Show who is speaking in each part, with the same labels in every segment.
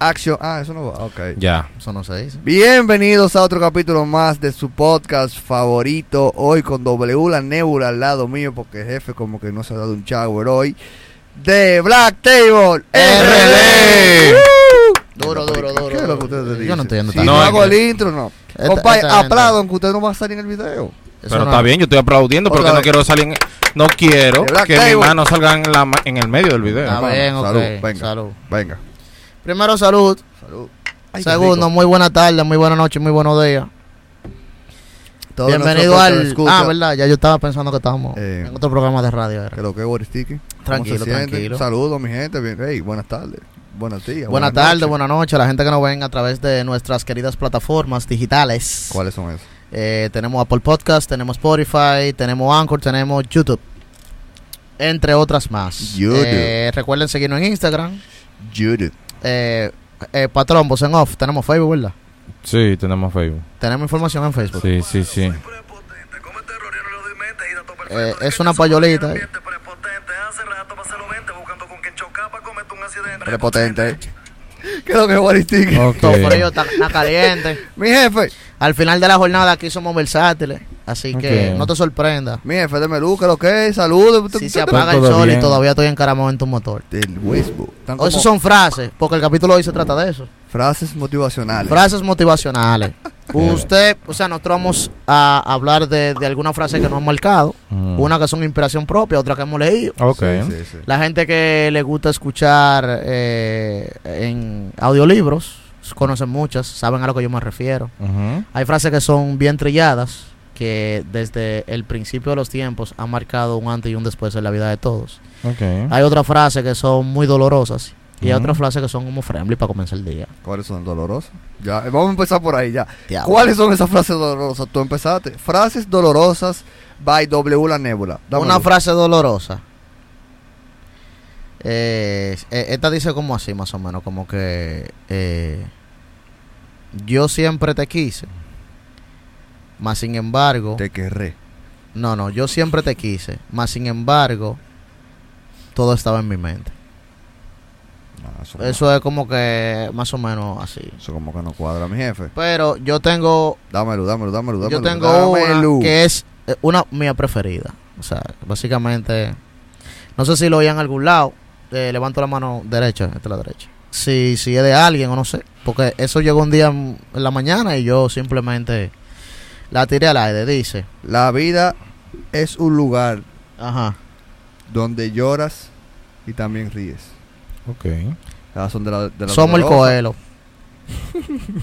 Speaker 1: Action. Ah, eso no va. Ok.
Speaker 2: Ya.
Speaker 3: Eso no se dice.
Speaker 1: Bienvenidos a otro capítulo más de su podcast favorito. Hoy con W la Nebula al lado mío, porque el jefe como que no se ha dado un shower hoy. De Black Table
Speaker 2: RD.
Speaker 3: Duro, duro, duro.
Speaker 1: ¿Qué es lo que ustedes dicen?
Speaker 3: Yo no entiendo
Speaker 1: Si
Speaker 2: tanto.
Speaker 1: no,
Speaker 2: No,
Speaker 1: hago
Speaker 2: es
Speaker 1: el
Speaker 2: que-
Speaker 1: intro, no.
Speaker 3: Esta-
Speaker 1: Compadre,
Speaker 3: esta gente-
Speaker 1: aplaudan que ustedes no van a salir en el video.
Speaker 3: Eso
Speaker 2: Pero
Speaker 3: no-
Speaker 2: está bien, yo estoy aplaudiendo
Speaker 1: Otra
Speaker 2: porque no
Speaker 1: vez.
Speaker 2: quiero salir. en- no quiero
Speaker 1: De Black
Speaker 2: que
Speaker 1: Table. Ah.
Speaker 2: mi mano salga en, la ma- en el medio del video.
Speaker 3: Está
Speaker 1: Hermano,
Speaker 3: bien, ok.
Speaker 1: salud,
Speaker 3: Salud,
Speaker 1: venga. Venga.
Speaker 3: Primero, salud.
Speaker 1: Salud.
Speaker 3: Segundo, muy buena tarde, muy buena noche, muy buenos días. Bienvenido al. Ah, verdad, ya yo estaba pensando que estábamos
Speaker 1: Eh.
Speaker 3: en otro programa de radio. era.
Speaker 1: Que lo que es Boris Tiki. ¿Cómo
Speaker 3: Tranquilo,
Speaker 1: se sienten?
Speaker 3: tranquilo.
Speaker 1: Saludos, mi gente. Bien, hey, buenas tardes. Buenas días.
Speaker 3: Buenas tardes,
Speaker 1: noches.
Speaker 3: buenas noches a la gente que nos ven a través de nuestras queridas plataformas digitales.
Speaker 1: ¿Cuáles son esos?
Speaker 3: Eh, tenemos Apple Podcast, tenemos Spotify, tenemos Anchor, tenemos YouTube. Entre otras más.
Speaker 1: YouTube.
Speaker 3: Eh, recuerden seguirnos en Instagram.
Speaker 1: Judith.
Speaker 3: Eh, eh, Patrón, voz en off. Tenemos Facebook, ¿verdad?
Speaker 2: Sí, tenemos Facebook.
Speaker 3: Tenemos información en Facebook.
Speaker 2: Sí, sí, sí.
Speaker 3: Eh, es una payolita. eh.
Speaker 1: Prepotente. ¿Qué es lo que es Boris Tiki?
Speaker 2: Ok.
Speaker 3: Todo frío, está, está caliente.
Speaker 1: Mi jefe.
Speaker 3: Al final de la jornada aquí somos versátiles. Así que
Speaker 2: Ok.
Speaker 3: no te sorprenda.
Speaker 1: Mi jefe de Melú, ¿qué es lo que es? Saludos.
Speaker 3: Si se
Speaker 2: está
Speaker 3: apaga el
Speaker 2: todo
Speaker 3: sol y
Speaker 2: bien.
Speaker 3: todavía estoy encaramado en tu motor.
Speaker 1: Del Westbrook. Están
Speaker 3: O
Speaker 1: como
Speaker 3: eso son frases, porque el capítulo de hoy se trata de eso.
Speaker 1: frases motivacionales.
Speaker 3: Frases motivacionales. Usted, o sea, nosotros vamos a hablar de, de alguna frase que nos han marcado.
Speaker 2: Mm.
Speaker 3: Una que son inspiración propia, otra que hemos leído.
Speaker 2: Ok.
Speaker 1: Sí, sí, sí.
Speaker 3: La gente que le gusta escuchar eh, en audiolibros, conocen muchas, saben a lo que yo me refiero.
Speaker 2: Ujú.
Speaker 3: Hay frases que son bien trilladas, que desde el principio de los tiempos han marcado un antes y un después en la vida de todos.
Speaker 1: Ah.
Speaker 2: Ok.
Speaker 3: Hay otras frases que son muy dolorosas y hay
Speaker 2: Ujú.
Speaker 3: otras frases que son como friendly para comenzar el día.
Speaker 1: ¿Cuáles son dolorosas? Ya, eh, vamos a empezar por ahí ya.
Speaker 3: Diablo.
Speaker 1: ¿Cuáles son esas frases dolorosas? Tú empezaste. Frases dolorosas by W La Nebula. Dame
Speaker 3: Una
Speaker 1: luz.
Speaker 3: frase dolorosa. Eh, eh, esta dice como así, más o menos, como que eh, yo siempre te quise, mas sin embargo,
Speaker 1: Te querré.
Speaker 3: no, no, yo siempre te quise, mas sin embargo, todo estaba en mi mente.
Speaker 1: No, eso,
Speaker 3: Eso es como que más o menos así.
Speaker 1: eso como que no cuadra, mi jefe.
Speaker 3: Pero yo tengo,
Speaker 1: Dámelo, dámelo, dámelo, dámelo.
Speaker 3: yo tengo
Speaker 1: dámelo.
Speaker 3: una que es eh, una mía preferida. O sea, básicamente, no sé si lo oían en algún lado. Eh, levanto la mano derecha, esta es la derecha. Si, si es de alguien o no sé. Porque eso llegó un día en en la mañana y yo simplemente la tiré al aire. Dice,
Speaker 1: La vida es un lugar
Speaker 3: ajá,
Speaker 1: donde lloras y también ríes.
Speaker 2: Ok.
Speaker 1: Esas son de la, de las
Speaker 3: somos el
Speaker 1: dolorosas.
Speaker 3: coelo.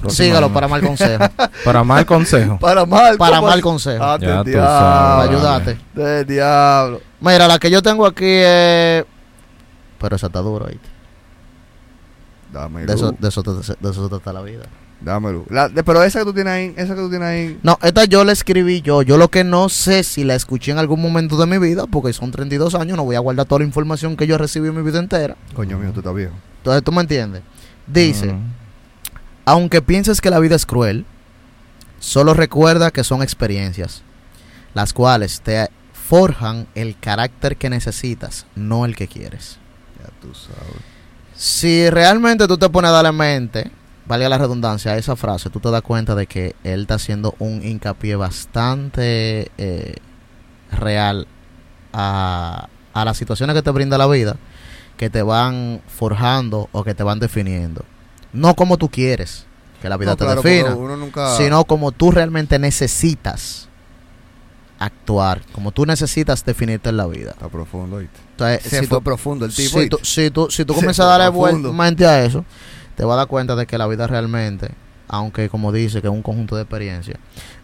Speaker 3: Sígalo para mal consejo.
Speaker 2: Para mal consejo.
Speaker 1: Para mal.
Speaker 3: Para
Speaker 1: compa-
Speaker 3: mal consejo.
Speaker 1: Ah, del
Speaker 2: Ya tú
Speaker 1: diablo.
Speaker 3: Para
Speaker 2: sabes.
Speaker 3: ayudarte.
Speaker 1: Del diablo.
Speaker 3: Mira, la que yo tengo aquí es. Pero esa está dura, ¿oíste?
Speaker 1: Dámelo.
Speaker 3: De eso, de, eso, de, eso, de eso trata la vida.
Speaker 1: Dámelo. La- de- pero esa que tú tienes ahí, esa que tú tienes ahí.
Speaker 3: No, esta yo la escribí yo. Yo lo que no sé si la escuché en algún momento de mi vida, porque son 32 años, no voy a guardar toda la información que yo recibí en mi vida entera.
Speaker 1: Coño mío, tú estás viejo.
Speaker 3: Entonces, ¿tú me entiendes? Dice,
Speaker 2: Mm.
Speaker 3: aunque pienses que la vida es cruel, solo recuerda que son experiencias, las cuales te forjan el carácter que necesitas, no el que quieres.
Speaker 1: Ya tú sabes.
Speaker 3: Si realmente tú te pones a darle mente, valga la redundancia, a esa frase, tú te das cuenta de que él está haciendo un hincapié bastante eh, real a, a las situaciones que te brinda la vida, que te van forjando o que te van definiendo. No como tú quieres que la vida
Speaker 1: No,
Speaker 3: te
Speaker 1: claro, porque
Speaker 3: defina,
Speaker 1: Uno nunca.
Speaker 3: sino como tú realmente necesitas actuar, como tú necesitas definirte en la vida.
Speaker 1: Está profundo, ¿oíste?
Speaker 3: Entonces,
Speaker 1: Se
Speaker 3: si tú-
Speaker 1: fue profundo el tipo.
Speaker 3: si, tú,
Speaker 1: ¿oíste?
Speaker 3: si, tú, si tú
Speaker 1: Se fue
Speaker 3: comienzas a darle
Speaker 1: profundo.
Speaker 3: vuelta mente a eso, te vas a dar cuenta de que la vida realmente, aunque como dice que es un conjunto de experiencias,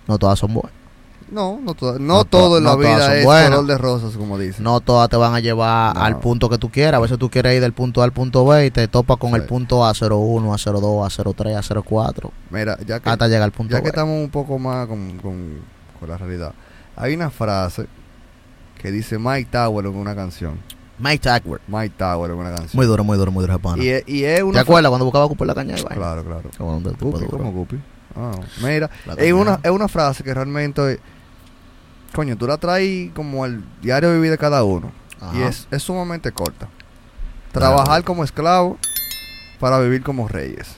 Speaker 3: no todas son buenas.
Speaker 1: No, no, toda- no,
Speaker 3: No to-
Speaker 1: todo en
Speaker 3: no
Speaker 1: la
Speaker 3: todas son
Speaker 1: vida es
Speaker 3: buenas.
Speaker 1: color de rosas, como dicen.
Speaker 3: No todas te van a llevar
Speaker 1: No.
Speaker 3: al punto que tú quieras. A veces tú quieres ir del punto A al punto B y te topas con el
Speaker 1: Sí.
Speaker 3: punto A 01, A 02, A 03, A 04,
Speaker 1: Mira, ya que,
Speaker 3: hasta llegar al punto
Speaker 1: ya que
Speaker 3: B.
Speaker 1: estamos un poco más con, con- con la realidad. Hay una frase que dice Mike Tower en una canción.
Speaker 3: Mike Tagward.
Speaker 1: Mike Tower en una canción.
Speaker 3: Muy duro, muy duro, muy duro, pana.
Speaker 1: y, es- y es
Speaker 3: ¿Te
Speaker 1: una. fra-
Speaker 3: acuerdas cuando buscaba ocupar la caña de vaina?
Speaker 1: Claro, claro.
Speaker 3: Qué bueno, un tipo
Speaker 1: Guppy,
Speaker 3: duro.
Speaker 1: ¿cómo Guppy? Ah, mira,
Speaker 3: La
Speaker 1: es
Speaker 3: caña.
Speaker 1: una, es una frase que realmente, coño, tú la traes como al diario de vida de cada uno.
Speaker 3: Ajá.
Speaker 1: Y es, es sumamente corta. Trabajar como esclavo para vivir como reyes.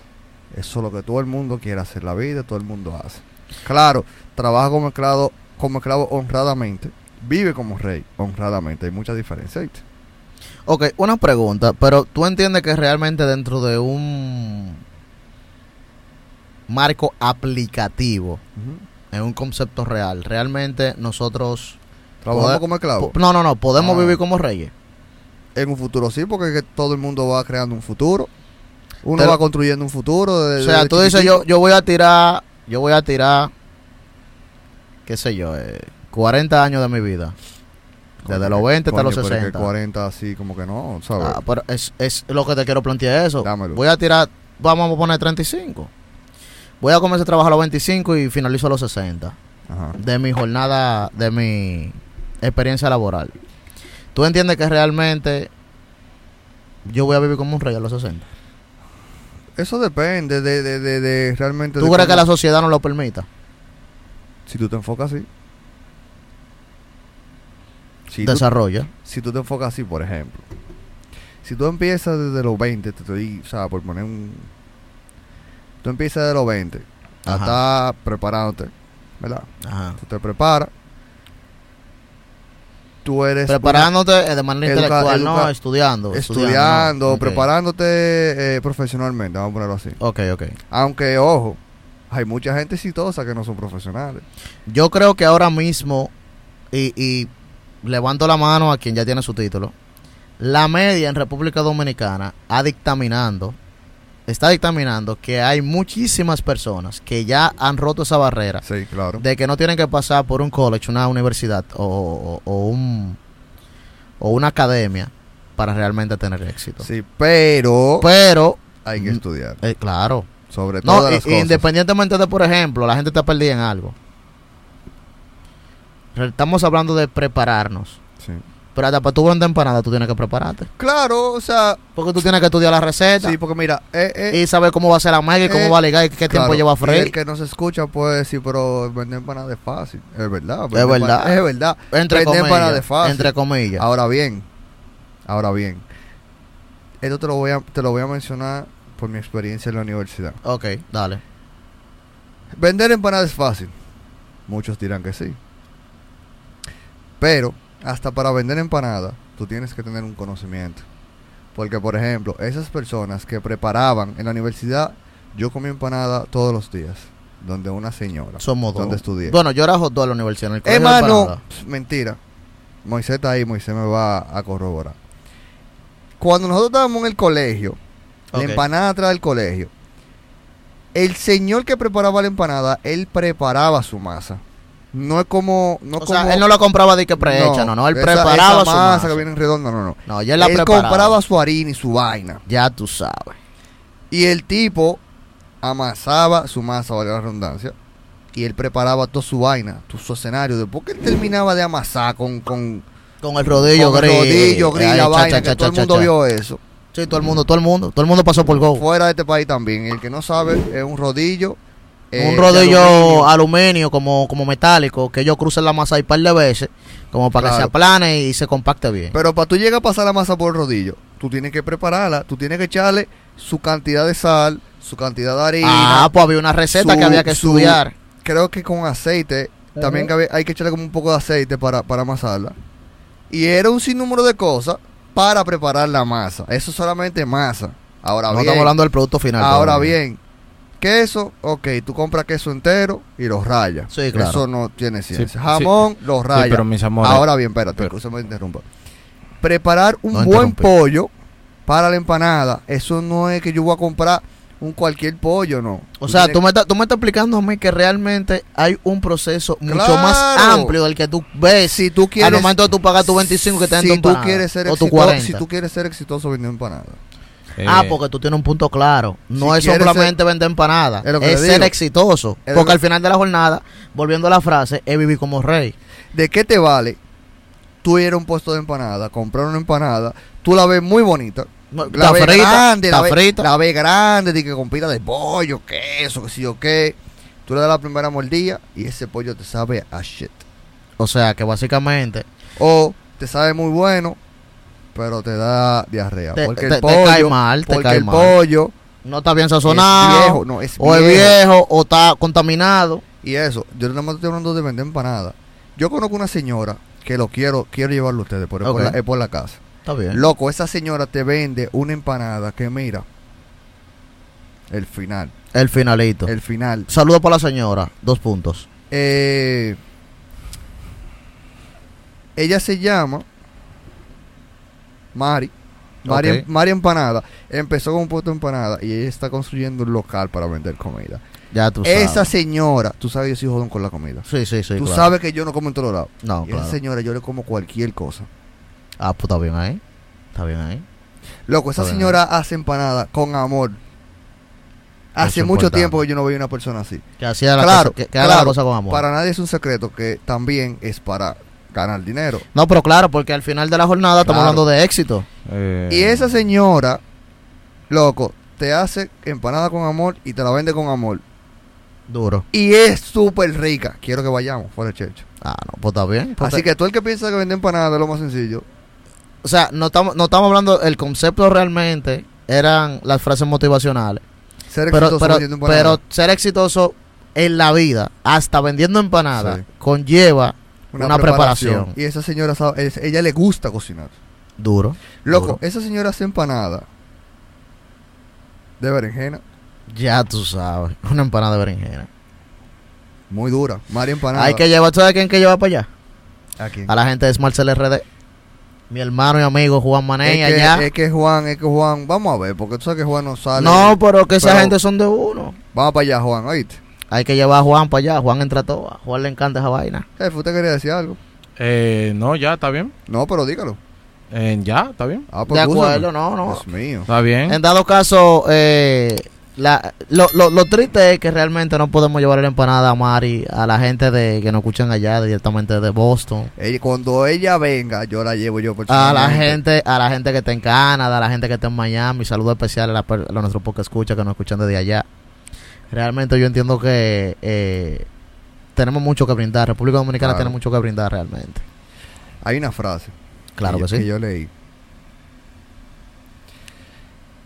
Speaker 1: Eso es lo que todo el mundo quiere hacer en la vida, todo el mundo hace. Claro, trabaja como esclavo, como esclavo honradamente, vive como rey honradamente. Hay mucha diferencia. ¿viste?
Speaker 3: Ok, una pregunta, pero tú entiendes que realmente dentro de un marco aplicativo,
Speaker 1: Ujú.
Speaker 3: en un concepto real, realmente nosotros...
Speaker 1: Trabajamos
Speaker 3: Poder-
Speaker 1: como esclavo.
Speaker 3: po- No, no, no, podemos
Speaker 1: Ah.
Speaker 3: vivir como reyes.
Speaker 1: En un futuro sí, porque es que todo el mundo va creando un futuro. Uno
Speaker 3: Pero-
Speaker 1: va construyendo un futuro.
Speaker 3: O
Speaker 1: desde-
Speaker 3: sea,
Speaker 1: desde
Speaker 3: tú dices,
Speaker 1: chiquitico.
Speaker 3: yo, yo voy a tirar, yo voy a tirar, qué sé yo, eh, 40 años de mi vida. Desde
Speaker 1: Coño,
Speaker 3: los
Speaker 1: que-
Speaker 3: 20 hasta
Speaker 1: coño,
Speaker 3: los
Speaker 1: pero es que
Speaker 3: 60.
Speaker 1: 40 así como que no, ¿sabes?
Speaker 3: Ah, pero es, es lo que te quiero plantear eso.
Speaker 1: Dámelo.
Speaker 3: Voy a tirar, vamos a poner 35. Voy a comenzar a trabajar a los 25 y finalizo a los 60.
Speaker 1: Ajá.
Speaker 3: De mi jornada, de mi experiencia laboral. ¿Tú entiendes que realmente yo voy a vivir como un rey a los 60?
Speaker 1: Eso depende de, de, de, de realmente...
Speaker 3: ¿Tú
Speaker 1: de
Speaker 3: crees que
Speaker 1: cómo-
Speaker 3: la sociedad no lo permita?
Speaker 1: Si tú te enfocas así. Si tú,
Speaker 3: Desarrolla.
Speaker 1: si tú te enfocas así, por ejemplo. Si tú empiezas desde los 20, te estoy, o sea, por poner un... Tú empiezas desde los 20 a
Speaker 3: Ajá.
Speaker 1: estar preparándote, ¿verdad?
Speaker 3: Ajá.
Speaker 1: Tú te preparas. Tú eres... una-
Speaker 3: Preparándote eh, de manera
Speaker 1: educa-
Speaker 3: intelectual,
Speaker 1: educa-
Speaker 3: no, estudiando.
Speaker 1: estudiando,
Speaker 3: ¿no? Ok.
Speaker 1: preparándote eh, profesionalmente, vamos a ponerlo así.
Speaker 3: Ok, ok.
Speaker 1: Aunque, ojo, hay mucha gente exitosa que no son profesionales.
Speaker 3: Yo creo que ahora mismo, y, y levanto la mano a quien ya tiene su título, la media en República Dominicana ha dictaminando, está dictaminando que hay muchísimas personas que ya han roto esa barrera
Speaker 1: Sí, claro.
Speaker 3: Ah. de que no tienen que pasar por un college, una universidad o, o- o un, o una academia para realmente tener éxito.
Speaker 1: Sí, pero
Speaker 3: Pero,
Speaker 1: hay que
Speaker 3: Pues, Mm.
Speaker 1: estudiar.
Speaker 3: eh, claro,
Speaker 1: Sobre
Speaker 3: no,
Speaker 1: todas
Speaker 3: i-
Speaker 1: las cosas.
Speaker 3: independientemente de, por ejemplo, la gente está perdida en algo. Re- Estamos hablando de prepararnos.
Speaker 1: Sí.
Speaker 3: Pero hasta para tú vender empanada tú tienes que prepararte.
Speaker 1: Claro, o sea,
Speaker 3: Porque tú tienes que estudiar la receta
Speaker 1: sí, porque mira, eh, eh,
Speaker 3: y saber cómo va a ser la mega y cómo
Speaker 1: eh,
Speaker 3: va a ligar y qué tiempo
Speaker 1: claro,
Speaker 3: lleva
Speaker 1: y
Speaker 3: a
Speaker 1: el
Speaker 3: freír.
Speaker 1: que no se escucha puede decir, pero vender empanadas es fácil. Es verdad. vender
Speaker 3: Es verdad.
Speaker 1: empanadas- Es verdad.
Speaker 3: Entre
Speaker 1: prender empanadas
Speaker 3: comillas.
Speaker 1: es fácil. Ah.
Speaker 3: Entre comillas.
Speaker 1: Ahora bien, ahora bien. Esto te lo voy a, te lo voy a mencionar por mi experiencia en la universidad.
Speaker 3: ok, dale.
Speaker 1: Vender empanadas es fácil. Muchos dirán que sí. Pero hasta para vender empanadas, tú tienes que tener un conocimiento. Porque, por ejemplo, esas personas que preparaban en la universidad, yo comí empanada todos los días. Donde una señora.
Speaker 3: Somos
Speaker 1: Donde
Speaker 3: dos.
Speaker 1: estudié.
Speaker 3: Bueno, yo era hot dog en la universidad. En el colegio de
Speaker 1: Hermano,
Speaker 3: empanada.
Speaker 1: pss, mentira. Moisés está ahí, Moisés me va a corroborar. Cuando nosotros estábamos en el colegio,
Speaker 3: Ok.
Speaker 1: la empanada atrás del colegio, el señor que preparaba la empanada, él preparaba su masa. No es como. No
Speaker 3: o
Speaker 1: como
Speaker 3: sea, él no la compraba de que prehecha, no, no. él
Speaker 1: esa-
Speaker 3: preparaba
Speaker 1: esa
Speaker 3: su
Speaker 1: masa.
Speaker 3: masa.
Speaker 1: que viene en redondo, no, no.
Speaker 3: No, ya él la
Speaker 1: él
Speaker 3: preparaba.
Speaker 1: compraba su harina y su vaina.
Speaker 3: Ya tú sabes.
Speaker 1: Y el tipo amasaba su masa, valga la redundancia. Y él preparaba toda su vaina, tu- su escenario. Después que él terminaba de amasar con, con,
Speaker 3: Con el rodillo
Speaker 1: con el
Speaker 3: gris.
Speaker 1: rodillo gris,
Speaker 3: Ahí,
Speaker 1: la
Speaker 3: cha,
Speaker 1: vaina,
Speaker 3: cha,
Speaker 1: que
Speaker 3: cha,
Speaker 1: todo el
Speaker 3: cha,
Speaker 1: mundo
Speaker 3: cha.
Speaker 1: vio eso.
Speaker 3: Sí, todo el mundo, todo el mundo. Todo el mundo pasó por Go.
Speaker 1: Fuera de este país también. El que no sabe es un rodillo. eh,
Speaker 3: un
Speaker 1: de
Speaker 3: rodillo aluminio,
Speaker 1: aluminio.
Speaker 3: como, como metálico, que ellos crucen la masa ahí un par de veces, como para que
Speaker 1: Claro.
Speaker 3: se aplane y se compacte bien.
Speaker 1: Pero para tú llegar a pasar la masa por el rodillo, tú tienes que prepararla, tú tienes que echarle su cantidad de sal, su cantidad de harina.
Speaker 3: ah, pues había una receta
Speaker 1: su-
Speaker 3: que había que
Speaker 1: su-
Speaker 3: estudiar.
Speaker 1: Creo que con aceite, también que había- hay que echarle como un poco de aceite para, para amasarla. Y era un sinnúmero de cosas para preparar la masa. Eso es solamente masa. Ahora
Speaker 3: No
Speaker 1: bien,
Speaker 3: estamos hablando del producto final.
Speaker 1: Ahora
Speaker 3: todavía.
Speaker 1: bien, queso, ok, tú compras queso entero y lo rayas.
Speaker 3: Sí, claro.
Speaker 1: Eso no tiene ciencia.
Speaker 2: Sí,
Speaker 1: Jamón, lo
Speaker 2: Sí,
Speaker 1: rayas.
Speaker 2: pero mis amores.
Speaker 1: Ahora bien, espérate,
Speaker 2: Pero-
Speaker 1: excusa, me interrumpa. Preparar un
Speaker 3: No
Speaker 1: buen
Speaker 3: interrumpí.
Speaker 1: pollo para la empanada, eso no es que yo voy a comprar un cualquier pollo, no.
Speaker 3: O sea, tú
Speaker 1: tienes-
Speaker 3: me, estás, tú me estás explicando a mí que realmente hay un proceso mucho más
Speaker 1: Claro.
Speaker 3: amplio del que tú ves
Speaker 1: si tú quieres
Speaker 3: al momento de tú pagar tu 25 que te dan tu
Speaker 1: si tú
Speaker 3: empanada,
Speaker 1: quieres ser
Speaker 3: o tu
Speaker 1: exitoso,
Speaker 3: 40.
Speaker 1: si tú quieres ser exitoso vendiendo empanadas.
Speaker 2: Eh,
Speaker 3: Ah, porque tú tienes un punto claro. No
Speaker 1: Si
Speaker 3: es
Speaker 1: quieres
Speaker 3: solamente vender empanadas.
Speaker 1: Es
Speaker 3: Es,
Speaker 1: lo que le
Speaker 3: ser
Speaker 1: digo.
Speaker 3: exitoso.
Speaker 1: Es lo
Speaker 3: Porque
Speaker 1: que-
Speaker 3: al final de la jornada, volviendo a la frase, es vivir como rey.
Speaker 1: ¿De qué te vale tú ir a un puesto de empanada, comprar una empanada, tú la ves muy bonita,
Speaker 3: No,
Speaker 1: La
Speaker 3: está
Speaker 1: ve
Speaker 3: frita,
Speaker 1: grande,
Speaker 3: está
Speaker 1: la ve,
Speaker 3: frita.
Speaker 1: la ve grande, de que con pita de pollo, queso, que si yo qué. Tú le das la primera mordida y ese pollo te sabe a shit.
Speaker 3: O sea que básicamente
Speaker 1: O te sabe muy bueno, pero te da diarrea.
Speaker 3: Te,
Speaker 1: porque
Speaker 3: te-
Speaker 1: el
Speaker 3: te cae
Speaker 1: pollo,
Speaker 3: mal, te
Speaker 1: porque
Speaker 3: cae
Speaker 1: el
Speaker 3: mal.
Speaker 1: pollo
Speaker 3: no está bien
Speaker 1: es
Speaker 3: sazonado,
Speaker 1: viejo, no, es
Speaker 3: o es
Speaker 1: viejo.
Speaker 3: viejo, o está contaminado.
Speaker 1: Y eso, yo nada más estoy hablando de vender empanadas. Yo conozco una señora que lo quiero, quiero llevarlo a ustedes, pero es por
Speaker 3: Ok.
Speaker 1: la- es por la casa.
Speaker 3: Está bien.
Speaker 1: Loco, esa señora te vende una empanada que mira. El final.
Speaker 3: el finalito.
Speaker 1: El final.
Speaker 3: Saludo para la señora, dos puntos.
Speaker 1: Eh, ella se llama Mari. Mari,
Speaker 3: Ok.
Speaker 1: Mari Empanada. Empezó con un puesto de empanada y ella está construyendo un local para vender comida.
Speaker 3: Ya tú sabes.
Speaker 1: Esa señora, tú sabes, yo soy jodón con la comida.
Speaker 3: Sí, sí, sí.
Speaker 1: tú
Speaker 3: claro.
Speaker 1: sabes que yo no como en todos lados.
Speaker 3: No,
Speaker 1: Y esa
Speaker 3: claro.
Speaker 1: señora, yo le como cualquier cosa.
Speaker 3: Ah, pues está bien ahí. Está bien ahí.
Speaker 1: Loco, esa
Speaker 3: Bueno.
Speaker 1: señora hace empanada con amor. Hace
Speaker 3: es
Speaker 1: mucho
Speaker 3: importante.
Speaker 1: tiempo que yo no veía una persona así.
Speaker 3: Que hacía la
Speaker 1: Claro,
Speaker 3: cosa, que, que haga la
Speaker 1: claro,
Speaker 3: cosa con amor.
Speaker 1: Para nadie es un secreto que también es para ganar dinero.
Speaker 3: No, pero claro, porque al final de la jornada estamos
Speaker 1: Claro.
Speaker 3: hablando de éxito.
Speaker 2: Eh,
Speaker 1: Y esa señora, loco, te hace empanada con amor y te la vende con amor.
Speaker 3: Duro.
Speaker 1: Y es súper rica. Quiero que vayamos fuera de checho.
Speaker 3: Ah, no, pues está bien. Pues
Speaker 1: Así
Speaker 3: te-
Speaker 1: que tú el que piensa que vende empanada es lo más sencillo.
Speaker 3: O sea, no estamos, no estamos hablando, el concepto realmente eran las frases motivacionales.
Speaker 1: Ser
Speaker 3: Pero,
Speaker 1: exitoso
Speaker 3: pero,
Speaker 1: vendiendo empanada.
Speaker 3: pero ser exitoso en la vida, hasta vendiendo empanadas,
Speaker 1: Sí.
Speaker 3: conlleva una preparación.
Speaker 1: Y esa señora, sabe, es- ella le gusta cocinar.
Speaker 3: duro.
Speaker 1: Loco,
Speaker 3: Duro.
Speaker 1: esa señora hace empanada de berenjena,
Speaker 3: Ya tú sabes, una empanada de berenjena.
Speaker 1: muy dura. María empanada.
Speaker 3: Hay que llevar, ¿sabes quién hay que llevar para allá?
Speaker 1: Aquí.
Speaker 3: A la gente de Smart Cell RD. Mi hermano y amigo Juan Mané
Speaker 1: es,
Speaker 3: allá.
Speaker 1: que, es que Juan, es que Juan, vamos a ver, porque tú sabes que Juan no sale.
Speaker 3: no, pues. pero que esa
Speaker 1: pero-
Speaker 3: gente son de uno.
Speaker 1: Vamos para allá, Juan, oíste.
Speaker 3: Hay que llevar a Juan para allá. Juan entra todo. A Juan le encanta esa vaina.
Speaker 1: Jefe, usted quería decir algo.
Speaker 2: eh, no, ya, está bien.
Speaker 1: No, pero dígalo.
Speaker 2: Eh, ya, está bien.
Speaker 1: Ah, pues
Speaker 3: De
Speaker 1: búscame.
Speaker 3: acuerdo, no, no.
Speaker 1: Dios mío.
Speaker 2: Está bien.
Speaker 3: En dado caso, eh, la- lo, lo- lo triste es que realmente no podemos llevar la empanada a Mari, a la gente de que nos escuchan allá directamente de Boston.
Speaker 1: Ella- cuando ella venga, yo la llevo yo por
Speaker 3: A la gente, a la gente que está en Canadá, a la gente que está en Miami, saludo especial a, la, per- a nuestro poco escucha que nos escuchan desde allá. Realmente yo entiendo que eh, tenemos mucho que brindar. República Dominicana
Speaker 1: Claro.
Speaker 3: tiene mucho que brindar realmente.
Speaker 1: Hay una frase
Speaker 3: Claro
Speaker 1: que,
Speaker 3: que
Speaker 1: yo- que
Speaker 3: sí.
Speaker 1: yo leí.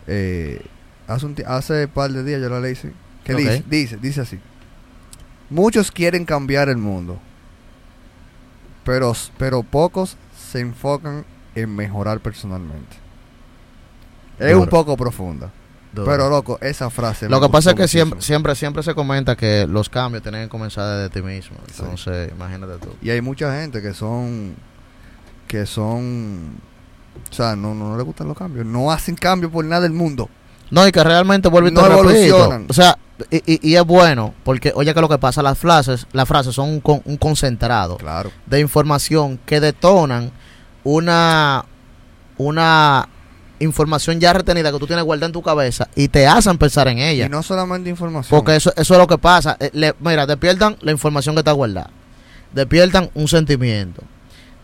Speaker 1: Eh, hace un ti- hace par de días yo la leí, sí. Que
Speaker 3: Ok.
Speaker 1: dice, dice, dice así. Muchos quieren cambiar el mundo, pero, s- pero pocos se enfocan en mejorar personalmente. Es
Speaker 3: Duro.
Speaker 1: un poco profunda, pero loco, esa frase.
Speaker 3: Lo
Speaker 1: me
Speaker 3: que pasa es
Speaker 1: gustó
Speaker 3: que siempre,
Speaker 1: muchísimo.
Speaker 3: siempre, siempre se comenta que los cambios tienen que comenzar desde ti mismo. Entonces, imagínate tú.
Speaker 1: Y hay mucha gente que son. que son. O sea, no, no, no le gustan los cambios. No hacen cambios por nada del mundo.
Speaker 3: No, y que realmente vuelve
Speaker 1: No
Speaker 3: y te repito.
Speaker 1: evolucionan.
Speaker 3: O sea, y, y- y es bueno, porque oye que lo que pasa, las frases, las frases son un, con- un concentrado
Speaker 1: Claro.
Speaker 3: de información que detonan una, una información ya retenida que tú tienes guardada en tu cabeza y te hacen pensar en ella.
Speaker 1: Y no solamente información.
Speaker 3: Porque eso, eso es lo que pasa. Eh, le- mira, despiertan la información que está guardada. Despiertan un sentimiento.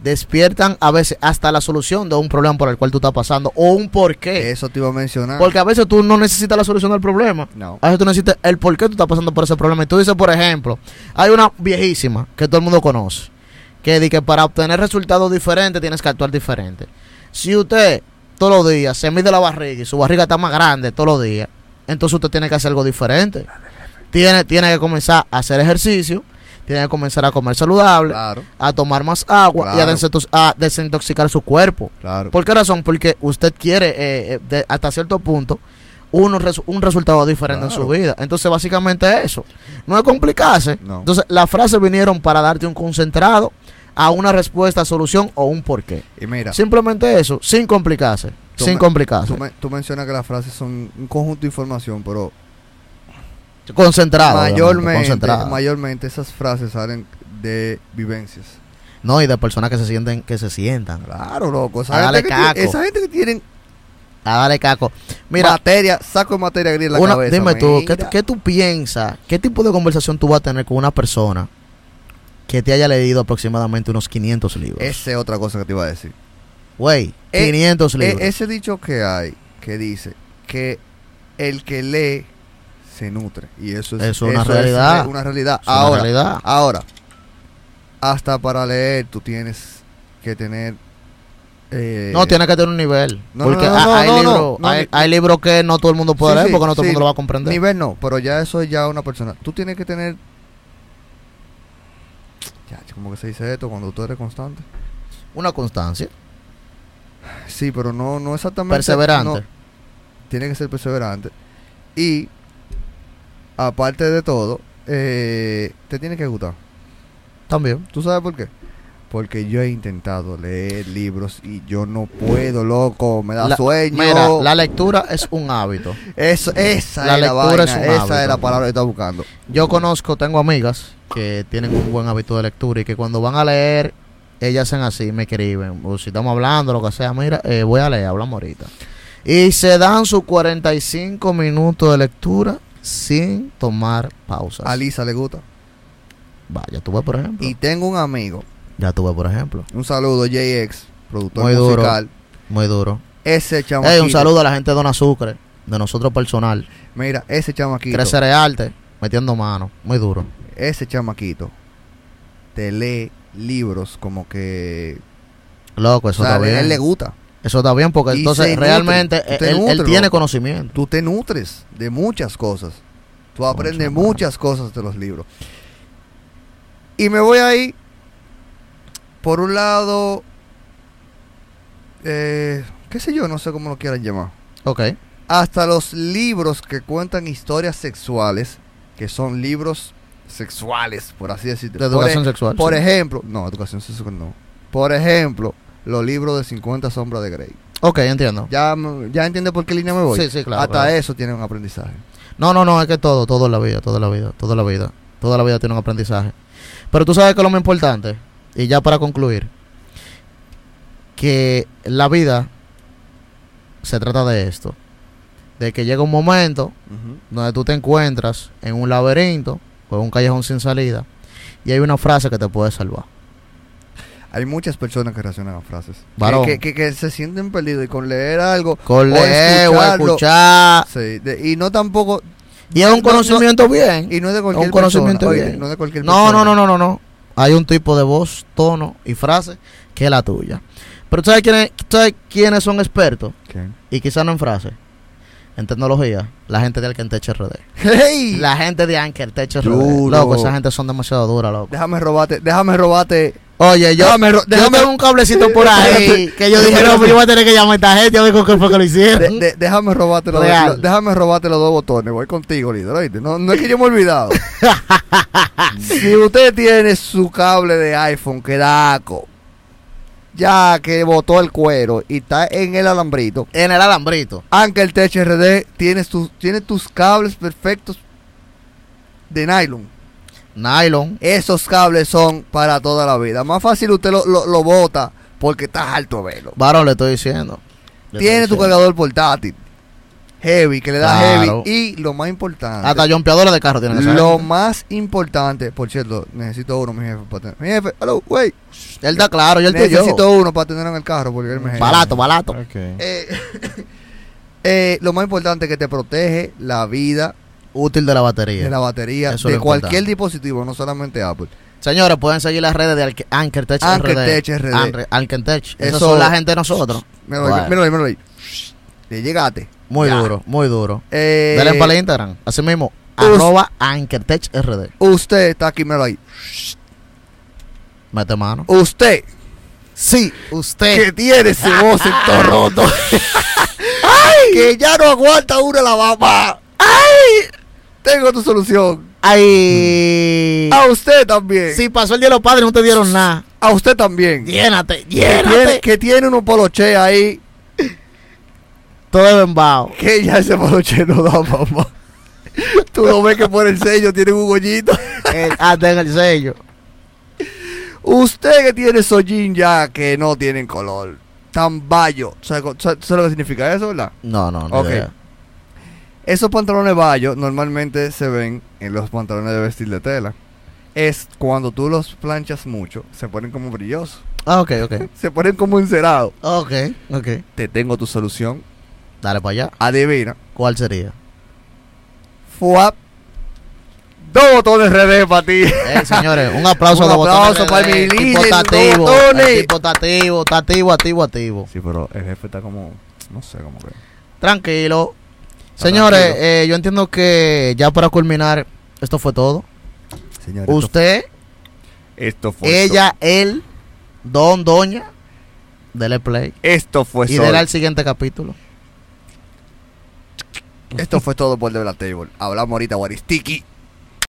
Speaker 3: Despiertan a veces hasta la solución de un problema por el cual tú estás pasando o un porqué.
Speaker 1: Eso te iba a mencionar.
Speaker 3: Porque a veces tú no necesitas la solución del problema.
Speaker 1: no.
Speaker 3: A veces tú necesitas el por qué tú estás pasando por ese problema. Y tú dices, por ejemplo, hay una viejísima que todo el mundo conoce. Que dice que para obtener resultados diferentes tienes que actuar diferente. Si usted todos los días se mide la barriga y su barriga está más grande todos los días, entonces usted tiene que hacer algo diferente. Tiene, tiene que comenzar a hacer ejercicio, tiene que comenzar a comer saludable,
Speaker 1: Claro,
Speaker 3: a tomar más agua y a,
Speaker 1: Claro.
Speaker 3: desintox- a desintoxicar su cuerpo.
Speaker 1: claro.
Speaker 3: ¿Por qué razón? Porque usted quiere, eh, eh, de- hasta cierto punto, uno resu- un resultado diferente en
Speaker 1: Claro.
Speaker 3: su vida. Entonces, básicamente eso. No es complicarse.
Speaker 1: No.
Speaker 3: Entonces, las frases vinieron para darte un concentrado a una respuesta, solución o un porqué.
Speaker 1: Y mira,
Speaker 3: Simplemente eso, sin complicarse.
Speaker 1: Tú
Speaker 3: sin
Speaker 1: me-
Speaker 3: complicarse.
Speaker 1: tú, me- tú mencionas que las frases son un conjunto de información, pero
Speaker 3: concentrado. obviamente,
Speaker 1: mayormente,
Speaker 3: concentrado.
Speaker 1: mayormente esas frases salen de vivencias.
Speaker 3: no, y de personas que se sienten, que se sientan.
Speaker 1: Claro, loco. Esa,
Speaker 3: Dale,
Speaker 1: gente, que tiene-
Speaker 3: caco.
Speaker 1: esa gente que tienen
Speaker 3: A darle Ah, caco. Mira,
Speaker 1: materia, saco de materia gris en la
Speaker 3: Una-
Speaker 1: cabeza.
Speaker 3: Dime tú, ¿qué,
Speaker 1: mira.
Speaker 3: qué tú piensas? ¿Qué tipo de conversación tú vas a tener con una persona que te haya leído aproximadamente unos 500 libros?
Speaker 1: Esa es otra cosa que te iba a decir.
Speaker 3: Güey,
Speaker 1: Eh,
Speaker 3: 500
Speaker 1: E-
Speaker 3: libros.
Speaker 1: ese dicho que hay que dice que el que lee se nutre y eso es,
Speaker 3: Eso es una
Speaker 1: eso
Speaker 3: realidad.
Speaker 1: una realidad.
Speaker 3: Es una
Speaker 1: ahora,
Speaker 3: realidad.
Speaker 1: ahora, hasta para leer tú tienes que tener eh,
Speaker 3: No, tiene que tener un nivel.
Speaker 1: No,
Speaker 3: porque
Speaker 1: no, no, no,
Speaker 3: hay,
Speaker 1: no, no,
Speaker 3: libros,
Speaker 1: no,
Speaker 3: hay,
Speaker 1: ni-
Speaker 3: hay libros que no todo el mundo puede
Speaker 1: Sí,
Speaker 3: leer
Speaker 1: sí,
Speaker 3: porque no todo el
Speaker 1: sí.
Speaker 3: mundo lo va a comprender.
Speaker 1: Nivel no, pero ya eso es ya una persona. Tú tienes que tener. Ya, ¿cómo que se dice esto cuando tú eres constante?
Speaker 3: Una constancia.
Speaker 1: Sí, pero no, no exactamente.
Speaker 3: Perseverante.
Speaker 1: no, tiene que ser perseverante. Y, aparte de todo, eh, te tiene que gustar.
Speaker 3: También.
Speaker 1: ¿Tú sabes por qué? Porque yo he intentado leer libros y yo no puedo, loco. Me da
Speaker 3: La-
Speaker 1: sueño.
Speaker 3: Mira, la lectura es un hábito.
Speaker 1: Eso- esa
Speaker 3: la
Speaker 1: es la
Speaker 3: lectura
Speaker 1: vaina,
Speaker 3: es un hábito.
Speaker 1: esa es la palabra que estaba buscando.
Speaker 3: Yo conozco, tengo amigas que tienen un buen hábito de lectura y que cuando van a leer, ellas hacen así, me escriben. O si estamos hablando, lo que sea, mira, eh, voy a leer, hablamos ahorita. Y se dan sus 45 minutos de lectura sin tomar pausas.
Speaker 1: A Lisa le gusta.
Speaker 3: Vaya, tuve por ejemplo.
Speaker 1: Y tengo un amigo,
Speaker 3: Ya tuve por ejemplo.
Speaker 1: un saludo, JX, productor
Speaker 3: Muy duro.
Speaker 1: musical.
Speaker 3: Muy duro.
Speaker 1: Ese chamaquito.
Speaker 3: Ey, un saludo a la gente de Don Azúcar, de nosotros personal.
Speaker 1: Mira, ese chamaquito.
Speaker 3: Crecer es arte, metiendo mano. Muy duro.
Speaker 1: Ese chamaquito te lee libros como que.
Speaker 3: Loco, eso
Speaker 1: o sea,
Speaker 3: está
Speaker 1: a él
Speaker 3: bien.
Speaker 1: le gusta.
Speaker 3: Eso está bien porque
Speaker 1: Y se
Speaker 3: entonces
Speaker 1: nutre,
Speaker 3: realmente
Speaker 1: tú te
Speaker 3: él, él
Speaker 1: nutres,
Speaker 3: tiene
Speaker 1: loco.
Speaker 3: conocimiento.
Speaker 1: Tú te nutres de muchas cosas. Tú aprendes
Speaker 3: Mucho,
Speaker 1: muchas cosas de los libros. Y me voy ahí. Por un lado. eh, qué sé yo, no sé cómo lo quieran llamar.
Speaker 3: Ok.
Speaker 1: hasta los libros que cuentan historias sexuales, que son libros sexuales, por así decirlo.
Speaker 3: De
Speaker 1: por,
Speaker 3: educación sexual.
Speaker 1: e- por
Speaker 3: sí.
Speaker 1: ejemplo, no, educación sexual no. Por ejemplo, los libros de 50 sombras de Grey.
Speaker 3: Ok, entiendo.
Speaker 1: Ya, me- ya entiende por qué línea me voy.
Speaker 3: Sí, sí, claro.
Speaker 1: hasta
Speaker 3: claro.
Speaker 1: eso tiene un aprendizaje.
Speaker 3: No, no, no, es que todo, todo en la vida, toda la vida, toda la vida. Toda la vida tiene un aprendizaje. Pero tú sabes que lo más importante, y ya para concluir, que la vida se trata de esto. De que llega un momento donde tú te encuentras en un laberinto o en un callejón sin salida y hay una frase que te puede salvar.
Speaker 1: Hay muchas personas que reaccionan a frases. Que-
Speaker 3: Varón.
Speaker 1: Que, que- que se sienten perdidos y con leer algo.
Speaker 3: Con
Speaker 1: O
Speaker 3: leer o
Speaker 1: escucharlo.
Speaker 3: escuchar.
Speaker 1: sí, de- y no tampoco.
Speaker 3: Y es un
Speaker 1: No, no,
Speaker 3: conocimiento bien.
Speaker 1: Y no es de cualquier
Speaker 3: conocimiento
Speaker 1: persona. oye,
Speaker 3: bien.
Speaker 1: no es de cualquier
Speaker 3: No, no, no, no, no, no. Hay un tipo de voz, tono y frase que es la tuya. Pero ¿tú ¿sabes quiénes, tú sabes quiénes son expertos? Y quizás no en frase. En tecnología, la gente de Anker Tech RD.
Speaker 1: ¡Hey!
Speaker 3: La gente de Anker Tech RD.
Speaker 1: Duro.
Speaker 3: Loco, esa gente son demasiado duras, loco.
Speaker 1: Déjame robarte, déjame robarte.
Speaker 3: Oye, yo,
Speaker 1: déjame, ro-
Speaker 3: yo
Speaker 1: déjame,
Speaker 3: tengo un cablecito por ahí
Speaker 1: Espérate.
Speaker 3: que yo dije, no, pero yo voy a tener que llamar a esta gente a ver con qué fue que lo
Speaker 1: De-
Speaker 3: hicieron.
Speaker 1: de- déjame robarte los,
Speaker 3: Real.
Speaker 1: lo- déjame robarte los dos botones. Voy contigo, líder. ¿oíste? No, no es que yo me he olvidado. si usted tiene su cable de iPhone que da aco, ya que botó el cuero y está en el alambrito,
Speaker 3: En el alambrito.
Speaker 1: aunque el THRD tiene tus, tiene tus cables perfectos de nylon.
Speaker 3: Nylon.
Speaker 1: Esos cables son para toda la vida. Más fácil usted lo, lo, lo bota porque está harto de verlo.
Speaker 3: Varón, le estoy diciendo. Le
Speaker 1: Tiene tu
Speaker 3: estoy diciendo.
Speaker 1: cargador portátil. Heavy, que le da
Speaker 3: Claro. Ah,
Speaker 1: heavy. Y lo más importante.
Speaker 3: Hasta jompeadores de carro tienen que ser.
Speaker 1: lo más importante, por cierto, necesito uno, mi jefe, para tener. Mi jefe, hello, wey.
Speaker 3: Él da claro, yo el tuyo.
Speaker 1: Necesito uno para tener en el carro porque él me genera.
Speaker 3: Barato, barato.
Speaker 2: Ok.
Speaker 1: Eh, eh, lo más importante es que te protege la vida
Speaker 3: Útil de la batería.
Speaker 1: de la batería
Speaker 3: Eso es
Speaker 1: de
Speaker 3: lo
Speaker 1: cualquier
Speaker 3: importante.
Speaker 1: dispositivo, no solamente Apple.
Speaker 3: Señores, pueden seguir las redes de Alque- Anker Tech
Speaker 1: Anker
Speaker 3: RD.
Speaker 1: Tech RD.
Speaker 3: Anre- Anker Tech. Esas
Speaker 1: Eso-
Speaker 3: son la gente de nosotros.
Speaker 1: Míralo, ahí,
Speaker 3: Bueno.
Speaker 1: míralo, ahí, míralo ahí. Le llegaste.
Speaker 3: Muy
Speaker 1: Ya.
Speaker 3: duro, muy duro.
Speaker 1: Eh,
Speaker 3: Denle para el Instagram. Así mismo,
Speaker 1: us-
Speaker 3: arroba Anker Tech RD.
Speaker 1: usted está aquí, míralo ahí.
Speaker 3: Mete mano.
Speaker 1: Usted
Speaker 3: Sí, usted.
Speaker 1: que tiene ese voz en todo roto. Que ya no aguanta una la mamá. ¡Ay! Tengo tu solución.
Speaker 3: Ay.
Speaker 1: A usted también.
Speaker 3: Mm. Si pasó el día de los padres, no te dieron nada.
Speaker 1: A usted también.
Speaker 3: Llénate,
Speaker 1: Que tiene,
Speaker 3: llénate.
Speaker 1: que tiene unos poloche ahí.
Speaker 3: Todo es embao.
Speaker 1: Que ya ese poloche no da mamá. Tú no ves que por el sello tienen un hoyito.
Speaker 3: El- Hasta en el sello.
Speaker 1: Usted que tiene esos jeans ya que no tienen color. Tan bayo. ¿Sabes lo que significa eso, verdad?
Speaker 3: No, no, no.
Speaker 1: Ok. Esos pantalones bayo normalmente se ven en los pantalones de vestir de tela. Es cuando tú los planchas mucho, se ponen como brillosos,
Speaker 3: Ah, ok, ok.
Speaker 1: se ponen como encerados.
Speaker 3: Ok, ok.
Speaker 1: Te tengo tu solución.
Speaker 3: Dale para allá.
Speaker 1: Adivina.
Speaker 3: ¿Cuál sería?
Speaker 1: Fuap Dos botones RD para ti.
Speaker 3: Eh, señores, un aplauso
Speaker 1: Un
Speaker 3: de botones
Speaker 1: aplauso
Speaker 3: RD,
Speaker 1: para mi
Speaker 3: tipo
Speaker 1: líder,
Speaker 3: está activo,
Speaker 1: los botones.
Speaker 3: el tipo está activo, está activo, activo, activo.
Speaker 1: Sí, pero el jefe está como. No sé, como que.
Speaker 3: Tranquilo. Señores,
Speaker 1: tranquilo.
Speaker 3: eh, yo entiendo que ya para culminar, esto fue todo.
Speaker 1: Señor,
Speaker 3: Usted,
Speaker 1: esto, esto fue.
Speaker 3: ella, él, don, doña, dele play.
Speaker 1: Esto fue
Speaker 3: Y
Speaker 1: Sol.
Speaker 3: dele al siguiente capítulo.
Speaker 1: Esto fue todo por The Black Table. Hablamos ahorita, Guaristiki.